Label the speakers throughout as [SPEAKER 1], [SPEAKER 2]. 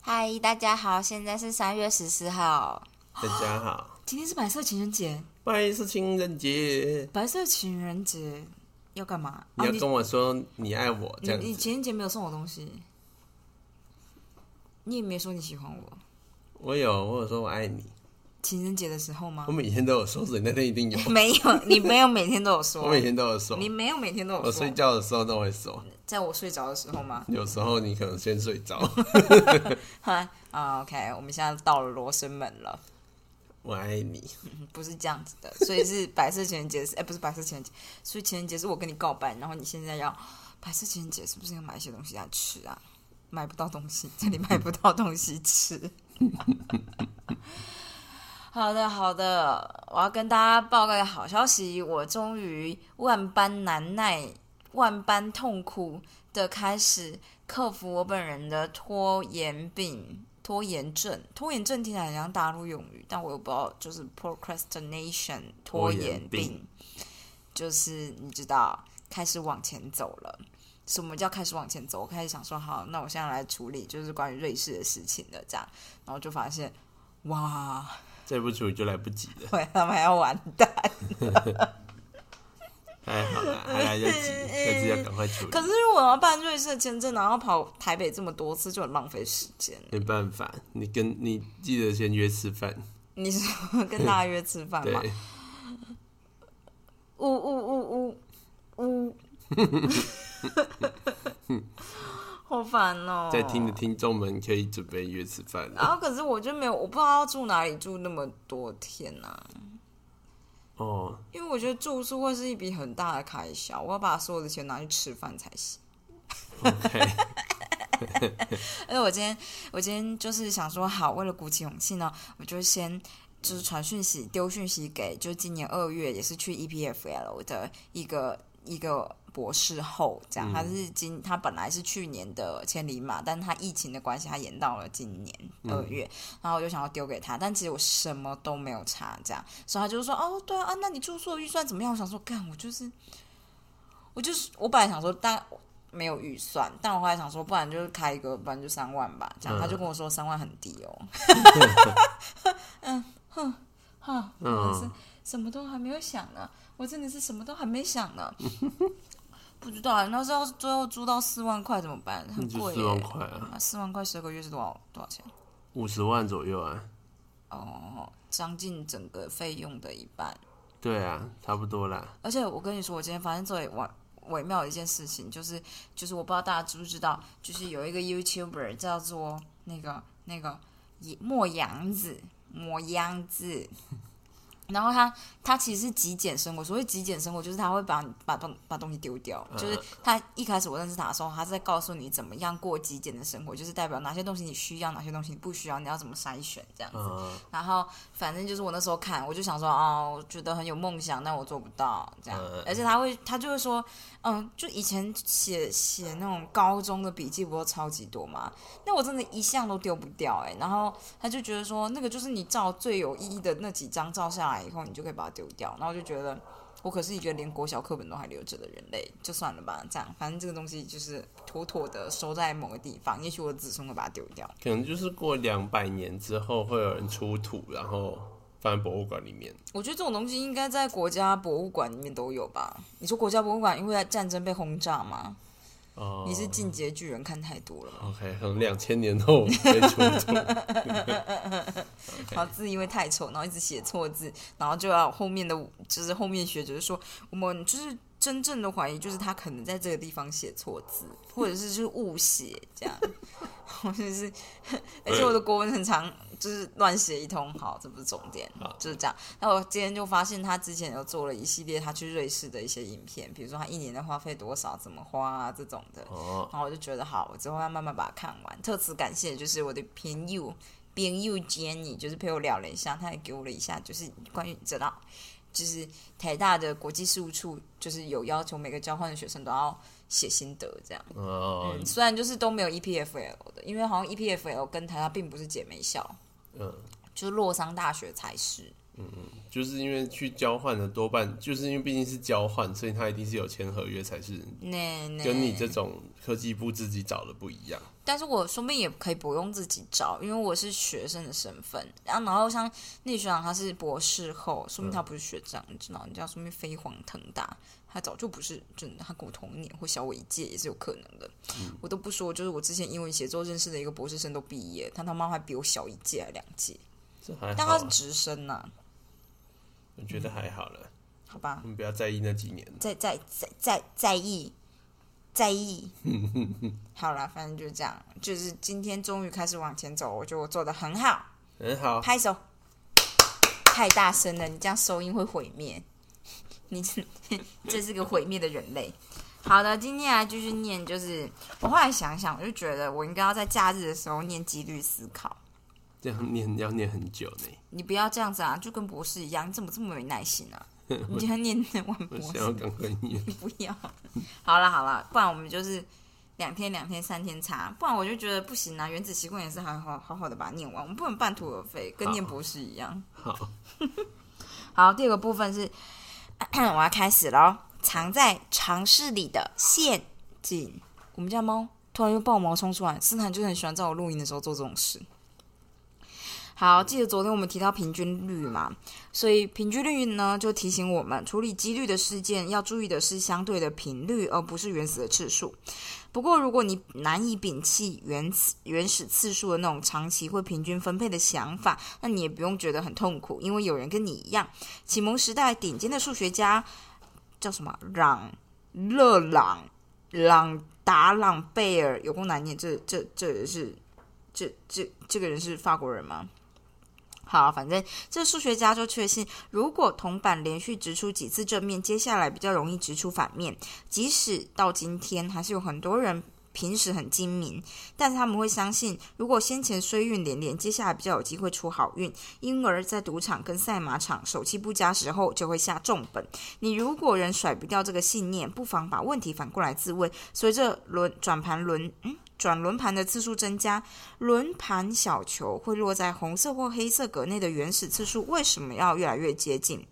[SPEAKER 1] 嗨，大家好，现在是三月十四号，
[SPEAKER 2] 大家 好，
[SPEAKER 1] 今天是白色情人节，
[SPEAKER 2] 拜是情人节，
[SPEAKER 1] 白色情人节要干嘛？
[SPEAKER 2] 你
[SPEAKER 1] 啊
[SPEAKER 2] 要跟我说你爱我这
[SPEAKER 1] 你
[SPEAKER 2] 样
[SPEAKER 1] 你
[SPEAKER 2] 子，
[SPEAKER 1] 情人节没有送我东西，你也没说你喜欢我。
[SPEAKER 2] 我有我有说我爱你，
[SPEAKER 1] 情人节的时候吗
[SPEAKER 2] 我？每天都有说，所以那天一 定有，
[SPEAKER 1] 没有，你没有每天都有
[SPEAKER 2] 我
[SPEAKER 1] 说，
[SPEAKER 2] 每天都有说
[SPEAKER 1] 你，没有每天都有
[SPEAKER 2] 我
[SPEAKER 1] 说
[SPEAKER 2] 睡，觉的时候都会说，
[SPEAKER 1] 在我睡着的时候吗？
[SPEAKER 2] 有时候你可能先睡 着，
[SPEAKER 1] 哈啊，OK，我们现在到了罗生门了，
[SPEAKER 2] 我爱你，
[SPEAKER 1] 嗯 不是这样子的，所以是白色情人节是，哎、不是白色情人节，所以情人节是我跟你告白，然后你现在要白色情人节是不是要买一些东西来吃啊？买不到东西，这里买不到东西吃。好的，好的，我要跟大家报告个好消息，我终于万般难耐、万般痛苦的开始克服我本人的拖延病、拖延症。拖延症听起来很像大陆用语，但我又不知道，就是 procrastination 拖
[SPEAKER 2] 拖延
[SPEAKER 1] 延
[SPEAKER 2] 病
[SPEAKER 1] 病，就是你知道，开始往前走了。什么叫开始往前走？我开始想说，好，那我现在来处理就是关于瑞士的事情了，这样，然后就发现，哇，
[SPEAKER 2] 再不处理就来不及了，
[SPEAKER 1] 对，他们还要完蛋。
[SPEAKER 2] 还好 啦，还来得及，但是要赶快处理
[SPEAKER 1] 可，是如果我要办瑞士的签证，然后跑台北这么多次，就很浪费时间。
[SPEAKER 2] 没办法，你跟你记得先约吃饭，
[SPEAKER 1] 你是说跟大约吃饭
[SPEAKER 2] 对
[SPEAKER 1] 吗？，呜呜呜呜呜，好烦哦！
[SPEAKER 2] 在听的听众们可以准备约吃饭
[SPEAKER 1] 然
[SPEAKER 2] 了，
[SPEAKER 1] 后可是我就没有，我不知道要住哪里，住那么多天呐、
[SPEAKER 2] 哦，
[SPEAKER 1] 因为我觉得住宿会是一笔很大的开销，我要把所有的钱拿去吃饭才行。
[SPEAKER 2] OK，
[SPEAKER 1] 而且我今天，我今天就是想说，好，为了鼓起勇气呢，我就先就是传讯息、丢讯息给，就是今年二月也是去 E EPFL 的一个一个博士后，这
[SPEAKER 2] 嗯
[SPEAKER 1] 样，他是今他本来是去年的千里马，但他疫情的关系，他延到了今年
[SPEAKER 2] 嗯
[SPEAKER 1] 二月，然后我就想要丢给他，但其实我什么都没有查，这样，所以他就说，哦，对啊，那你住宿的预算怎么样？我想说，干，我就是，我就是，我本来想说，但没有预算，但我后来想说，不然就是开一个，不然就三万吧，这样，
[SPEAKER 2] 嗯
[SPEAKER 1] 他就跟我说三万很低 哦， 嗯哈、我是
[SPEAKER 2] 嗯，
[SPEAKER 1] 什么都还没有想呢，我真的是什么都还没想 呢，不知道啊，那时候最后租到四万块怎么办？
[SPEAKER 2] 那
[SPEAKER 1] 很
[SPEAKER 2] 就
[SPEAKER 1] 贵
[SPEAKER 2] 四
[SPEAKER 1] 耶、
[SPEAKER 2] 万块啊。
[SPEAKER 1] 啊，四万块十个月是多少多少钱？
[SPEAKER 2] 五十万左右啊，
[SPEAKER 1] 哦，将近整个费用的一半。
[SPEAKER 2] 对啊，差不多啦。
[SPEAKER 1] 而且我跟你说，我今天发现最微微妙的一件事情，就是就是我不知道大家知不知道，就是有一个 YouTuber 叫做那个那个也莫阳子，莫阳子。然后他他其实是极简生活，所谓极简生活就是他会把把东把东西丢掉，就是他一开始我认识他的时候，他是在告诉你怎么样过极简的生活，就是代表哪些东西你需要，哪些东西你不需要，你要怎么筛选这样子。
[SPEAKER 2] 嗯，
[SPEAKER 1] 然后反正就是我那时候看，我就想说，哦，我觉得很有梦想，但我做不到这样。
[SPEAKER 2] 嗯
[SPEAKER 1] 而且他会，他就会说，嗯，就以前写写那种高中的笔记不都超级多嘛，那我真的一项都丢不掉哎、然后他就觉得说，那个就是你照最有意义的那几张照下来以后，你就可以把它丢掉。然后我就觉得。我可是一个连国小课本都还留着的人类，就算了吧，这样，反正这个东西就是妥妥的收在某个地方，也许我的子孙会把它丢掉。
[SPEAKER 2] 可能就是过两百年之后会有人出土，然后放在博物馆里面。
[SPEAKER 1] 我觉得这种东西应该在国家博物馆里面都有吧？你说国家博物馆因为战争被轰炸吗？
[SPEAKER 2] 哦，
[SPEAKER 1] 你是进阶巨人看太多了吧？
[SPEAKER 2] OK，可能两千年后被出土。
[SPEAKER 1] 然后字因为太丑，然后一直写错字，然后就要后面的就是后面学者说，我们就是真正的怀疑就是他可能在这个地方写错字，或者是就是误写这样， 或者是 而且我的国文很长，就是乱写一通，好，这不是重点
[SPEAKER 2] 好，
[SPEAKER 1] 就是这样。那我今天就发现他之前有做了一系列他去瑞士的一些影片，比如说他一年的花费多少，怎么花啊这种的，
[SPEAKER 2] 哦，
[SPEAKER 1] 然后我就觉得好，我之后要慢慢把它看完。特此感谢，就是我的朋友朋友 Jenny，就是陪我聊了一下，他也给我了一下，就是关于这道，就是台大的国际事务处，就是有要求每个交换的学生都要写心得这样。
[SPEAKER 2] 哦，
[SPEAKER 1] 嗯，虽然就是都没有 EPFL 的，因为好像 EPFL 跟台大并不是姐妹校，
[SPEAKER 2] 嗯，
[SPEAKER 1] 就是洛桑大学才是。
[SPEAKER 2] 就是因为去交换的多半，就是因为毕竟是交换，所以他一定是有签合约才是，
[SPEAKER 1] 那那
[SPEAKER 2] 跟你这种科技部自己找的不一样。
[SPEAKER 1] 但是我说不定也可以不用自己找，因为我是学生的身份。然后，然后像那学长他是博士后，说明他不是学长，你知道？你知道，说明飞黄腾达，他早就不是，真的，他跟我同年或小我一届也是有可能的。我都不说，就是我之前英文写作认识的一个博士生都毕业，他他妈还比我小一届还两届，
[SPEAKER 2] 这还好
[SPEAKER 1] 但他是
[SPEAKER 2] 啊，
[SPEAKER 1] 直升呐、
[SPEAKER 2] 我觉得还好了，
[SPEAKER 1] 好吧
[SPEAKER 2] 我？们不要在意那几年。
[SPEAKER 1] 在在在在在意，在意。好啦，反正就这样，就是今天终于开始往前走，我觉得我做的很好，
[SPEAKER 2] 很嗯好，
[SPEAKER 1] 拍手。太大声了，你这样收音会毁灭。 你这 是个毁灭的人类。好的，今天来继续念，就是我后来想想，我就觉得我应该要在假日的时候念几率思考。
[SPEAKER 2] 这样念要念很久呢。
[SPEAKER 1] 你不要这样子啊，就跟博士一样，你怎么这么没耐心啊？你就要念那万
[SPEAKER 2] 我
[SPEAKER 1] 博士
[SPEAKER 2] 想。要赶快念，
[SPEAKER 1] 你不要。 好了好了，不然我们就是两天两天三天差，不然我就觉得不行啊。原子习惯也是好好好好的把它念完，我们不能半途而废，跟
[SPEAKER 2] 好
[SPEAKER 1] 念博士一样。
[SPEAKER 2] 好，
[SPEAKER 1] 好，第二个部分是， 我要开始喽。藏在尝试里的陷阱。我们家猫突然又爆毛冲出来，斯坦就很喜欢在我录音的时候做这种事。好，记得昨天我们提到平均率嘛，所以平均率呢就提醒我们处理几率的事件要注意的是相对的频率，而不是原始的次数。不过，如果你难以摒弃原始原始次数的那种长期或平均分配的想法，那你也不用觉得很痛苦，因为有人跟你一样。启蒙时代顶尖的数学家叫什么？朗勒朗朗达朗贝尔，有够难念。这这这人是这这这个人是法国人吗？好，反正这数学家就确信，如果铜板连续直出几次正面，接下来比较容易直出反面。即使到今天，还是有很多人平时很精明，但是他们会相信，如果先前衰运连连，接下来比较有机会出好运。因而在赌场跟赛马场手气不佳时候就会下重本。你如果仍甩不掉这个信念，不妨把问题反过来自问：随着轮转盘轮，嗯。转轮盘的次数增加，轮盘小球会落在红色或黑色格内的原始次数为什么要越来越接近？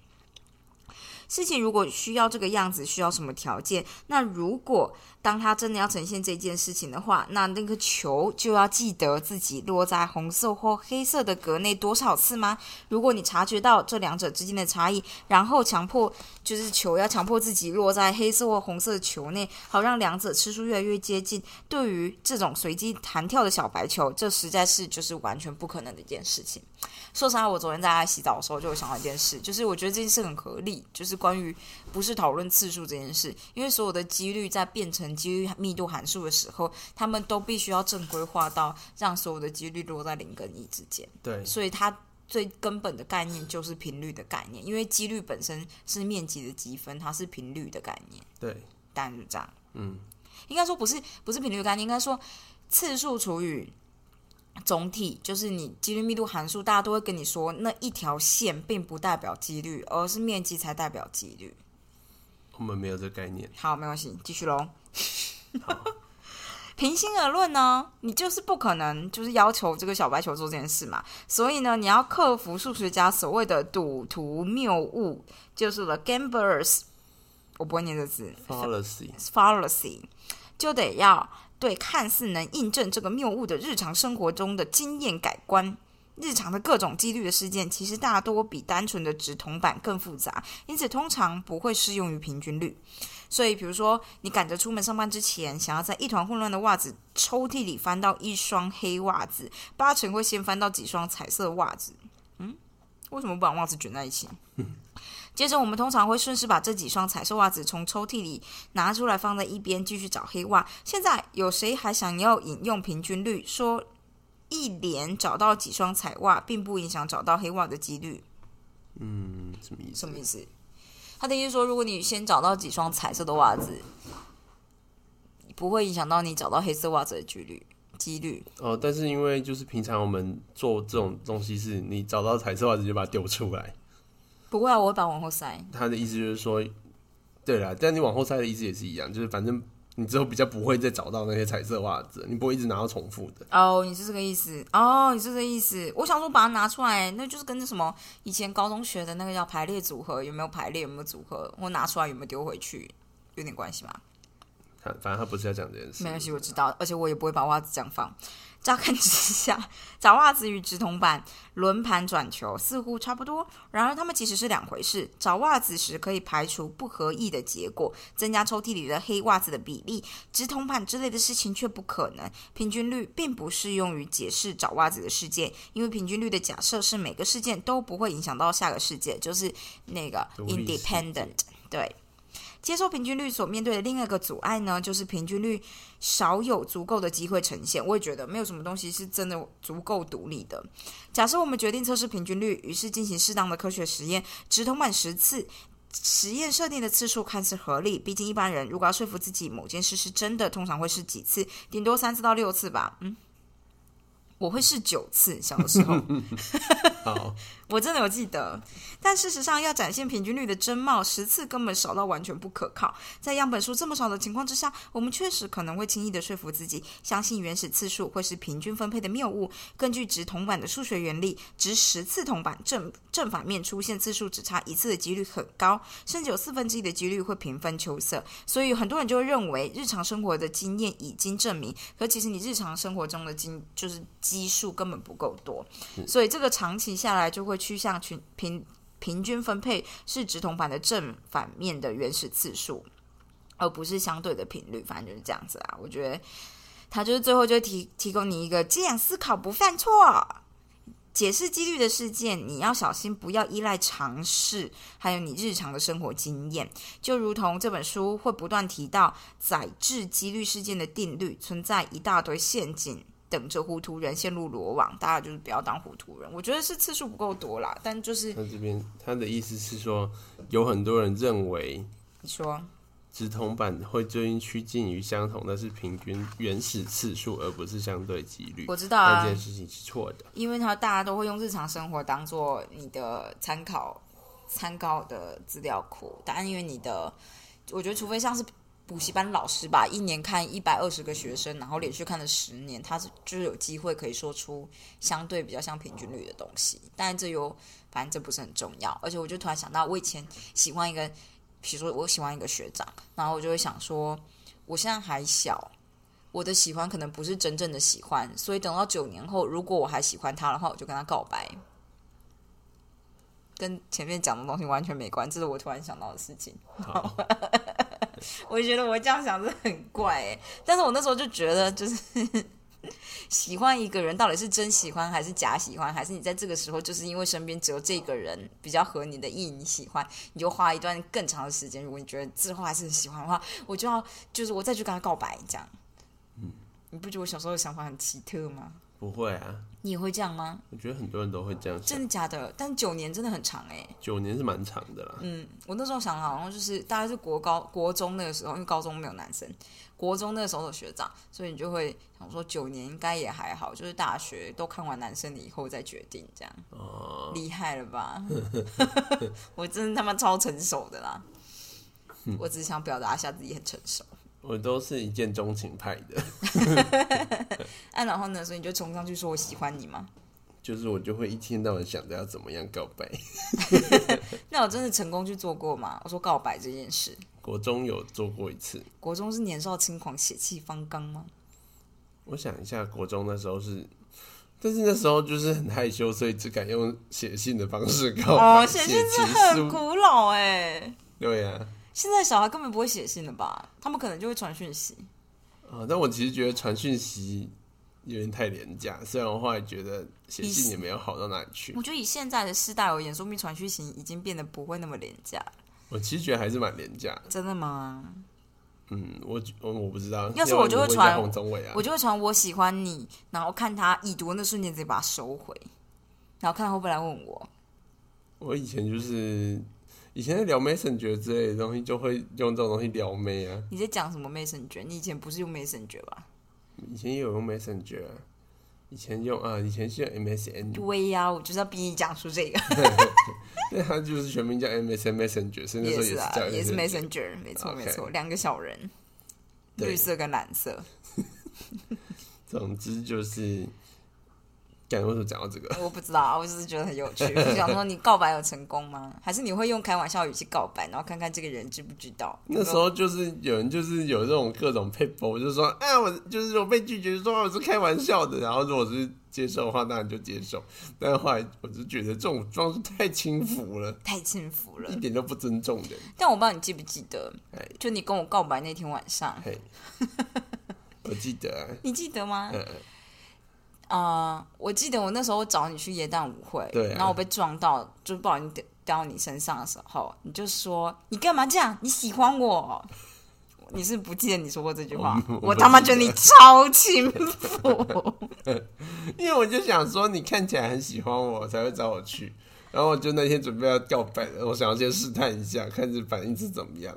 [SPEAKER 1] 事情如果需要这个样子，需要什么条件？那如果当他真的要呈现这件事情的话，那那个球就要记得自己落在红色或黑色的格内多少次吗？如果你察觉到这两者之间的差异，然后强迫就是球要强迫自己落在黑色或红色的球内，好让两者次数越来越接近。对于这种随机弹跳的小白球，这实在是就是完全不可能的一件事情。说实话，我昨天在家洗澡的时候就有想到一件事，就是我觉得这件事很合理，就是关于不是讨论次数这件事，因为所有的几率在变成几率密度函数的时候，他们都必须要正规化到让所有的几率落在零跟一之间。
[SPEAKER 2] 对，
[SPEAKER 1] 所以它最根本的概念就是频率的概念，因为几率本身是面积的积分，它是频率的概念，
[SPEAKER 2] 对，
[SPEAKER 1] 当然就是这样。
[SPEAKER 2] 嗯，
[SPEAKER 1] 应该说不是不是频率的概念，应该说次数除以总体，就是你几率密度函数，大家都会跟你说那一条线并不代表几率，而是面积才代表几率。
[SPEAKER 2] 我们没有这概念，
[SPEAKER 1] 好，没关系，继续喽。 平心而论呢，你就是不可能就是要求这个小白球做这件事嘛，所以呢，你要克服数学家所谓的赌徒谬误，就是 the gamblers，我不会念这字
[SPEAKER 2] fallacy，
[SPEAKER 1] fallacy，就得要对看似能印证这个谬误的日常生活中的经验改观。日常的各种几率的事件，其实大多比单纯的直铜板更复杂，因此通常不会适用于平均率。所以，比如说，你赶着出门上班之前，想要在一团混乱的袜子抽屉里翻到一双黑袜子，八成会先翻到几双彩色袜子。嗯，为什么不把袜子卷在一起？接着，我们通常会顺势把这几双彩色袜子从抽屉里拿出来放在一边，继续找黑袜。现在有谁还想要引用平均律，说一连找到几双彩袜，并不影响找到黑袜的几率？
[SPEAKER 2] 嗯，什么意思？
[SPEAKER 1] 什么意思？他的意思说，如果你先找到几双彩色的袜子，不会影响到你找到黑色袜子的几率。几率
[SPEAKER 2] 哦，但是因为就是平常我们做这种东西是，你找到彩色袜子就把它丢出来。
[SPEAKER 1] 不会啊，我会把它往后塞。
[SPEAKER 2] 他的意思就是说，对啦，但你往后猜的意思也是一样，就是反正你之后比较不会再找到那些彩色袜子，你不会一直拿到重复的。
[SPEAKER 1] 哦，你是这个意思哦，你是这个意思。我想说把它拿出来，那就是跟那什么以前高中学的那个叫排列组合，有没有排列，有没有组合，我拿出来有没有丢回去，有点关系吧？
[SPEAKER 2] 他反正他不是要讲这件事。
[SPEAKER 1] 没关系，我知道，而且我也不会把袜子这样放。乍看之下，假袜子与直筒板轮盘转球似乎差不多，然而它们其实是两回事。找袜子时可以排除不合意的结果，增加抽屉里的黑袜子的比例，直筒板之类的事情却不可能。平均律并不适用于解释找袜子的事件，因为平均律的假设是每个事件都不会影响到下个事件，就是那个
[SPEAKER 2] 独立事件
[SPEAKER 1] independent。对，接受平均律所面对的另一个阻碍呢，就是平均律少有足够的机会呈现。我也觉得没有什么东西是真的足够独立的。假设我们决定测试平均律，于是进行适当的科学实验，直筒板十次。实验设定的次数看似合理，毕竟一般人如果要说服自己某件事是真的，通常会试几次，顶多三次到六次吧。嗯，我会试九次，小的时候。
[SPEAKER 2] 好，
[SPEAKER 1] 我真的有记得，但事实上要展现平均率的真貌，十次根本少到完全不可靠。在样本数这么少的情况之下，我们确实可能会轻易的说服自己，相信原始次数会是平均分配的谬误。根据值铜板的数学原理，值十次铜板正正反面出现次数只差一次的几率很高，甚至有四分之一的几率会平分秋色。所以很多人就会认为日常生活的经验已经证明，可其实你日常生活中的经就是基数根本不够多。所以这个长期下来就会趋向群平平均分配是直筒板的正反面的原始次数，而不是相对的频率。反正就是这样子啦。我觉得他就是最后就提提供你一个这样思考不犯错。解释几率的事件，你要小心，不要依赖尝试，还有你日常的生活经验。就如同这本书会不断提到载至几率事件的定律，存在一大堆陷阱等着糊涂人陷入罗网。大家就是不要当糊涂人，我觉得是次数不够多啦，但就是
[SPEAKER 2] 那这边他的意思是说，有很多人认为
[SPEAKER 1] 你说
[SPEAKER 2] 直筒板会最近趋近于相同，但是平均原始次数，而不是相对几率。
[SPEAKER 1] 我知道
[SPEAKER 2] 但
[SPEAKER 1] 啊
[SPEAKER 2] 这，件事情是错的。
[SPEAKER 1] 因为他大家都会用日常生活当做你的参考参考的资料库，但因为你的，我觉得除非像是补习班老师吧，一年看一百二十个学生，然后连续看了十年，他是就是有机会可以说出相对比较像平均率的东西，但这有反正这不是很重要，而且我就突然想到，我以前喜欢一个，比如说我喜欢一个学长，然后我就会想说，我现在还小，我的喜欢可能不是真正的喜欢，所以等到九年后，如果我还喜欢他的话，我就跟他告白。跟前面讲的东西完全没关，这是我突然想到的事情。
[SPEAKER 2] 好，
[SPEAKER 1] 我觉得我这样想是很怪哎、但是我那时候就觉得，就是 喜欢一个人到底是真喜欢还是假喜欢，还是你在这个时候就是因为身边只有这个人比较合你的意，你喜欢，你就花一段更长的时间。如果你觉得之后还是很喜欢的话，我就要就是我再去跟他告白这样。你不觉得我小时候的想法很奇特吗？
[SPEAKER 2] 不会啊，
[SPEAKER 1] 你也会这样吗？
[SPEAKER 2] 我觉得很多人都会这样想
[SPEAKER 1] 真。的假的？但九年真的很长哎、
[SPEAKER 2] 九年是蛮长的啦，
[SPEAKER 1] 嗯，我那时候想的好像就是大概是国高国中那个时候，因为高中没有男生，国中那个时候的学长，所以你就会想说九年应该也还好，就是大学都看完男生了以后再决定这样，
[SPEAKER 2] 哦，
[SPEAKER 1] 厉害了吧？我真的他妈超成熟的啦，我只是想表达一下自己很成熟。
[SPEAKER 2] 我都是一见钟情派的，
[SPEAKER 1] 哎、然后呢？所以你就冲上去说我喜欢你吗？
[SPEAKER 2] 就是我就会一天到晚想着要怎么样告白。
[SPEAKER 1] 那我真的成功去做过吗？我说告白这件事，
[SPEAKER 2] 国中有做过一次，
[SPEAKER 1] 国中是年少轻狂、血气方刚吗？
[SPEAKER 2] 我想一下，国中那时候是，但是那时候就是很害羞，所以只敢用写信的方式告白。
[SPEAKER 1] 哦，写信是
[SPEAKER 2] 情
[SPEAKER 1] 很
[SPEAKER 2] 书
[SPEAKER 1] 古老哎、
[SPEAKER 2] 对啊，
[SPEAKER 1] 现在小孩根本不会写信了吧？他们可能就会传讯息。
[SPEAKER 2] 啊、但我其实觉得传讯息有点太廉价，虽然我后来觉得写信也没有好到哪里去
[SPEAKER 1] 我，觉得以现在的世代而言，说明传讯息已经变得不会那么廉价了。
[SPEAKER 2] 我其实觉得还是蛮廉价的。
[SPEAKER 1] 真的吗？
[SPEAKER 2] 嗯，我我我不知道，
[SPEAKER 1] 要是
[SPEAKER 2] 我
[SPEAKER 1] 我就会
[SPEAKER 2] 会
[SPEAKER 1] 传
[SPEAKER 2] 洪宗伟啊
[SPEAKER 1] 我，就会传我喜欢你，然后看他已读的那瞬间直接把它收回，然后看他会不会来问我。
[SPEAKER 2] 我以前就是以前在聊 Messenger 之类的东西，就会用这种东西撩妹啊。
[SPEAKER 1] 你在讲什么 Messenger？你以前不是用 Messenger 吧？
[SPEAKER 2] 以前也有用 Messenger，、啊、以前用啊，以前是用 MSN，
[SPEAKER 1] 对呀、我就是要逼你讲出这个。
[SPEAKER 2] 但它就是全名叫 MSN Messenger，所以那时候
[SPEAKER 1] 是
[SPEAKER 2] 是
[SPEAKER 1] 啊
[SPEAKER 2] 叫，
[SPEAKER 1] 也是
[SPEAKER 2] MSN。
[SPEAKER 1] Messenger，没错
[SPEAKER 2] OK
[SPEAKER 1] 没错，两个小人。
[SPEAKER 2] 对
[SPEAKER 1] 绿色跟蓝色。
[SPEAKER 2] 总之就是，感觉为什么讲到这 个？
[SPEAKER 1] 我不知道，啊我只是觉得很有趣。我想说，你告白有成功吗？还是你会用开玩笑语气告白，然后看看这个人知不知道？
[SPEAKER 2] 那时候就是有人就是有这种各种配博，就是说啊，我就是我被拒绝，就说啊我是开玩笑的。然后如果是接受的话，当然就接受。但是后来我就觉得这种方式太轻浮了，
[SPEAKER 1] 太轻浮了
[SPEAKER 2] 一。点都不尊重人。
[SPEAKER 1] 但我不知道你记不记得
[SPEAKER 2] 嗯哎，
[SPEAKER 1] 就你跟我告白那天晚上，
[SPEAKER 2] 嘿，我记得、 啊，
[SPEAKER 1] 你记得吗？
[SPEAKER 2] 嗯，
[SPEAKER 1] 啊、我记得我那时候找你去耶诞舞会，
[SPEAKER 2] 对啊
[SPEAKER 1] 然后我被撞到，就不小心掉掉到你身上的时候，你就说你干嘛这样？你喜欢我哦？你是不记得你说过这句话？
[SPEAKER 2] 我不
[SPEAKER 1] 我他妈觉得你超轻浮，
[SPEAKER 2] 因为我就想说你看起来很喜欢我，才会找我去。然后我就那天准备要告白了，我想要先试探一下，看这反应是怎么样。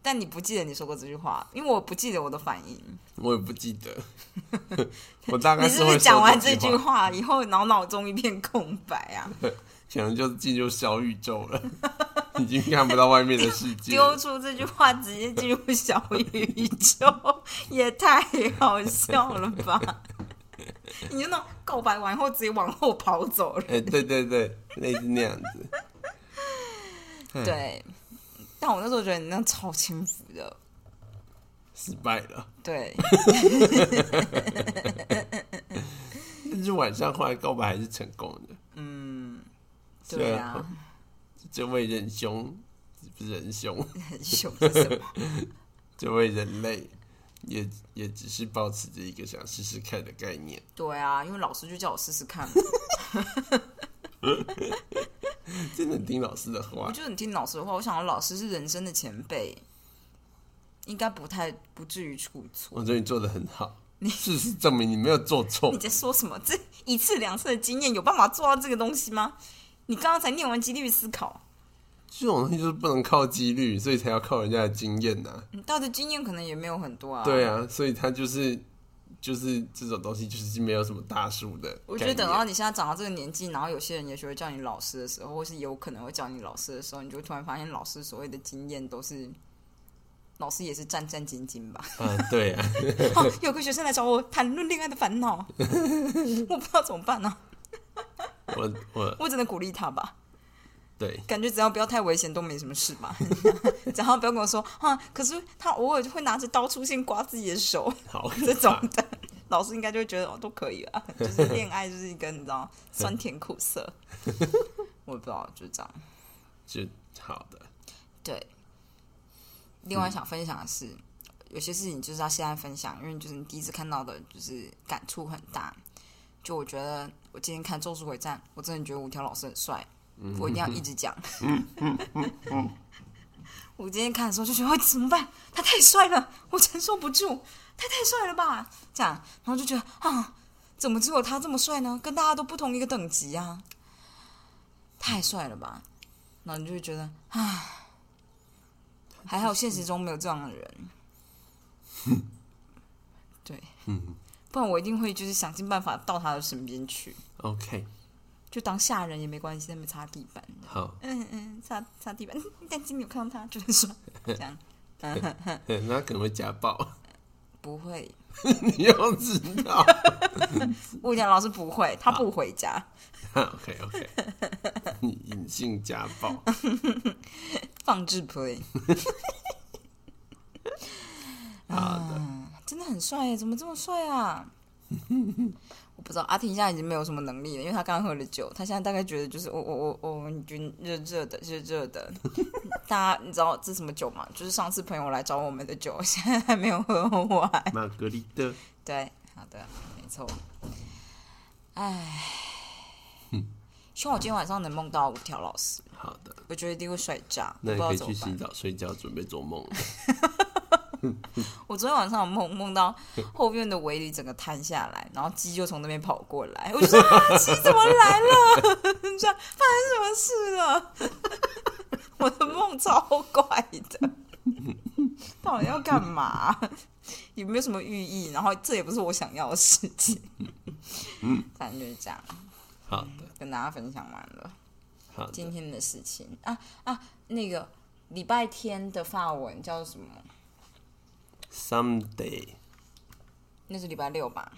[SPEAKER 1] 但你不记得你说过这句话，因为我不记得我的反应。
[SPEAKER 2] 我也不记得， 我大概
[SPEAKER 1] 你是不
[SPEAKER 2] 会
[SPEAKER 1] 是
[SPEAKER 2] 说
[SPEAKER 1] 讲完这
[SPEAKER 2] 句
[SPEAKER 1] 句，话以后，脑脑中一片空白啊？
[SPEAKER 2] 可能就进入小宇宙了， 已经看不到外面的世界。
[SPEAKER 1] 丢出这句话，直接进入小宇宙，也太好笑了吧！你就那种告白完后直接往后跑走了。
[SPEAKER 2] 哎、对对对，类似那样子。哎
[SPEAKER 1] 对，但我那时候觉得你那超轻浮的，
[SPEAKER 2] 失败了。
[SPEAKER 1] 对，
[SPEAKER 2] 但是晚上后来告白还是成功的。
[SPEAKER 1] 嗯，对啊，
[SPEAKER 2] 这位仁兄，不是仁兄，
[SPEAKER 1] 很凶是什么？
[SPEAKER 2] 这位人类也也只是保持着一个想试试看的概念。
[SPEAKER 1] 对啊，因为老师就叫我试试看嘛，
[SPEAKER 2] 真的听老师的话
[SPEAKER 1] 我，就很听老师的话，我想老师是人生的前辈，应该不太不至于出错。
[SPEAKER 2] 我觉得你做的 很好。事实证明你没有做错
[SPEAKER 1] 你，在说什么？这一次两次的经验有办法做到这个东西吗？你刚刚才念完几率思考，
[SPEAKER 2] 这种东西就是不能靠几率，所以才要靠人家的经验呐、
[SPEAKER 1] 你到嗯的经验可能也没有很多啊。
[SPEAKER 2] 对，啊，所以他就是就是这种东西，就是没有什么大数的概念。
[SPEAKER 1] 我觉得等到你现在长到这个年纪，然后有些人也许会叫你老师的时候，或是有可能会叫你老师的时候，你就会突然发现老师所谓的经验都是。老师也是战战兢兢 吧。
[SPEAKER 2] 啊，对啊，
[SPEAKER 1] 哦，有个学生来找我谈论恋爱的烦恼， 我不知道怎么办呢、
[SPEAKER 2] 我我
[SPEAKER 1] 我只能鼓励他吧。
[SPEAKER 2] 对
[SPEAKER 1] 感觉只要不要太危险，都没什么事吧。 只要不要跟我说啊，可是他偶尔就会拿着刀出现刮自己的手
[SPEAKER 2] 好
[SPEAKER 1] 这种
[SPEAKER 2] 啊
[SPEAKER 1] 的，老师应该就会觉得哦都可以啊。就是恋爱就是一个你知道酸甜苦涩，我也不知道就这样。
[SPEAKER 2] 就好的，
[SPEAKER 1] 对，另外想分享的是，有些事情就是要现在分享，因为就是你第一次看到的，就是感触很大。就我觉得我今天看《咒术回战》，我真的觉得五条老师很帅，我一定要一直讲。 我今天看的时候就觉得，哎，怎么办？他太帅了，我承受不住，他太帅了吧？这样，然后就觉得啊，怎么只有他这么帅呢？跟大家都不同一个等级啊，太帅了吧？然后你就会觉得，还好现实中没有这样的人。 对，不然我一定会就是想尽办法到他的身边去，
[SPEAKER 2] OK，
[SPEAKER 1] 就当下人也没关系，在那边擦地板，
[SPEAKER 2] 好，
[SPEAKER 1] 嗯嗯，擦擦地板，嗯 但今天有看到他，就很 爽，这样。嗯哼哼
[SPEAKER 2] 那可能会家暴，
[SPEAKER 1] 不会，
[SPEAKER 2] 你又知道
[SPEAKER 1] 物理老师不会，他不回家。
[SPEAKER 2] ？OK OK，你隐性家 暴，
[SPEAKER 1] 放置 play。
[SPEAKER 2] 好
[SPEAKER 1] 啊，真的很帅耶！怎么这么帅啊？ 我不知道，阿婷现在已经没有什么能力了，因为她刚喝了酒，她现在大概觉得就是我我我我，你觉得热热的，热热的。 大家你知道这是什么酒吗？就是上次朋友来找我们的酒， 现在还没有喝完。
[SPEAKER 2] 玛格丽特，
[SPEAKER 1] 对，好的，没错。唉，希望我今天晚上能梦到五条老师，
[SPEAKER 2] 好的，
[SPEAKER 1] 我觉得一定会睡炸，我
[SPEAKER 2] 那
[SPEAKER 1] 不
[SPEAKER 2] 你
[SPEAKER 1] 知道
[SPEAKER 2] 可
[SPEAKER 1] 怎
[SPEAKER 2] 以去
[SPEAKER 1] 么办
[SPEAKER 2] 洗。澡睡觉，准备做梦了。
[SPEAKER 1] 我昨天晚上有梦梦到后院的围篱整个摊下来，然后鸡就从那边跑过来，我就说、啊、鸡怎么来了？ 你知道发生什么事了？ 我的梦超怪的， 到底要干嘛？有没有什么寓意？然后这也不是我想要的事情，反正就是这样，
[SPEAKER 2] 好的，
[SPEAKER 1] 跟大家分享完了
[SPEAKER 2] 好的
[SPEAKER 1] 今，天的事情啊啊，那个礼拜天的发文叫什么？
[SPEAKER 2] someday
[SPEAKER 1] 那是礼拜六吧？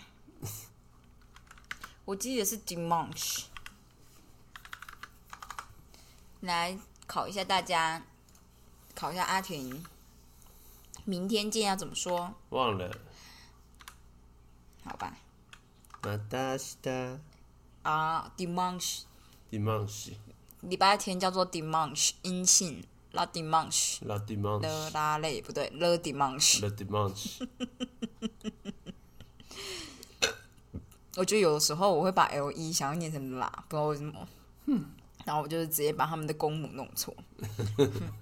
[SPEAKER 1] 我记得是 dimanche。来考一下大家，考一下阿婷，明天见要怎么说？
[SPEAKER 2] 忘了，
[SPEAKER 1] 好吧？
[SPEAKER 2] 马达西达
[SPEAKER 1] 啊，dimanche，
[SPEAKER 2] dimanche
[SPEAKER 1] 礼拜天叫做 dimanche，阴性，la dimanche。
[SPEAKER 2] la
[SPEAKER 1] l
[SPEAKER 2] dimanche
[SPEAKER 1] 拉类不对，le dimanche。
[SPEAKER 2] la dimanche
[SPEAKER 1] 我觉得有的时候我会把 L 一想要念成啦，不知道为什么。然后我就是直接把他们的公母弄错。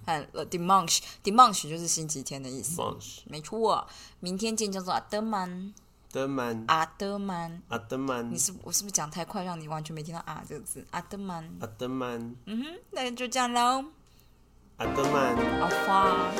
[SPEAKER 1] 看 t h dimanche dimanche 就是星期天的意思，
[SPEAKER 2] dimanche
[SPEAKER 1] 没错。明天见叫做阿德曼，
[SPEAKER 2] 德曼
[SPEAKER 1] 阿德曼。
[SPEAKER 2] 阿德曼
[SPEAKER 1] 啊你是我是不是讲太快，让你完全没听到啊这个字？阿德曼。
[SPEAKER 2] 阿德曼
[SPEAKER 1] 嗯哼，那就这样喽，
[SPEAKER 2] 阿德曼。
[SPEAKER 1] 好花。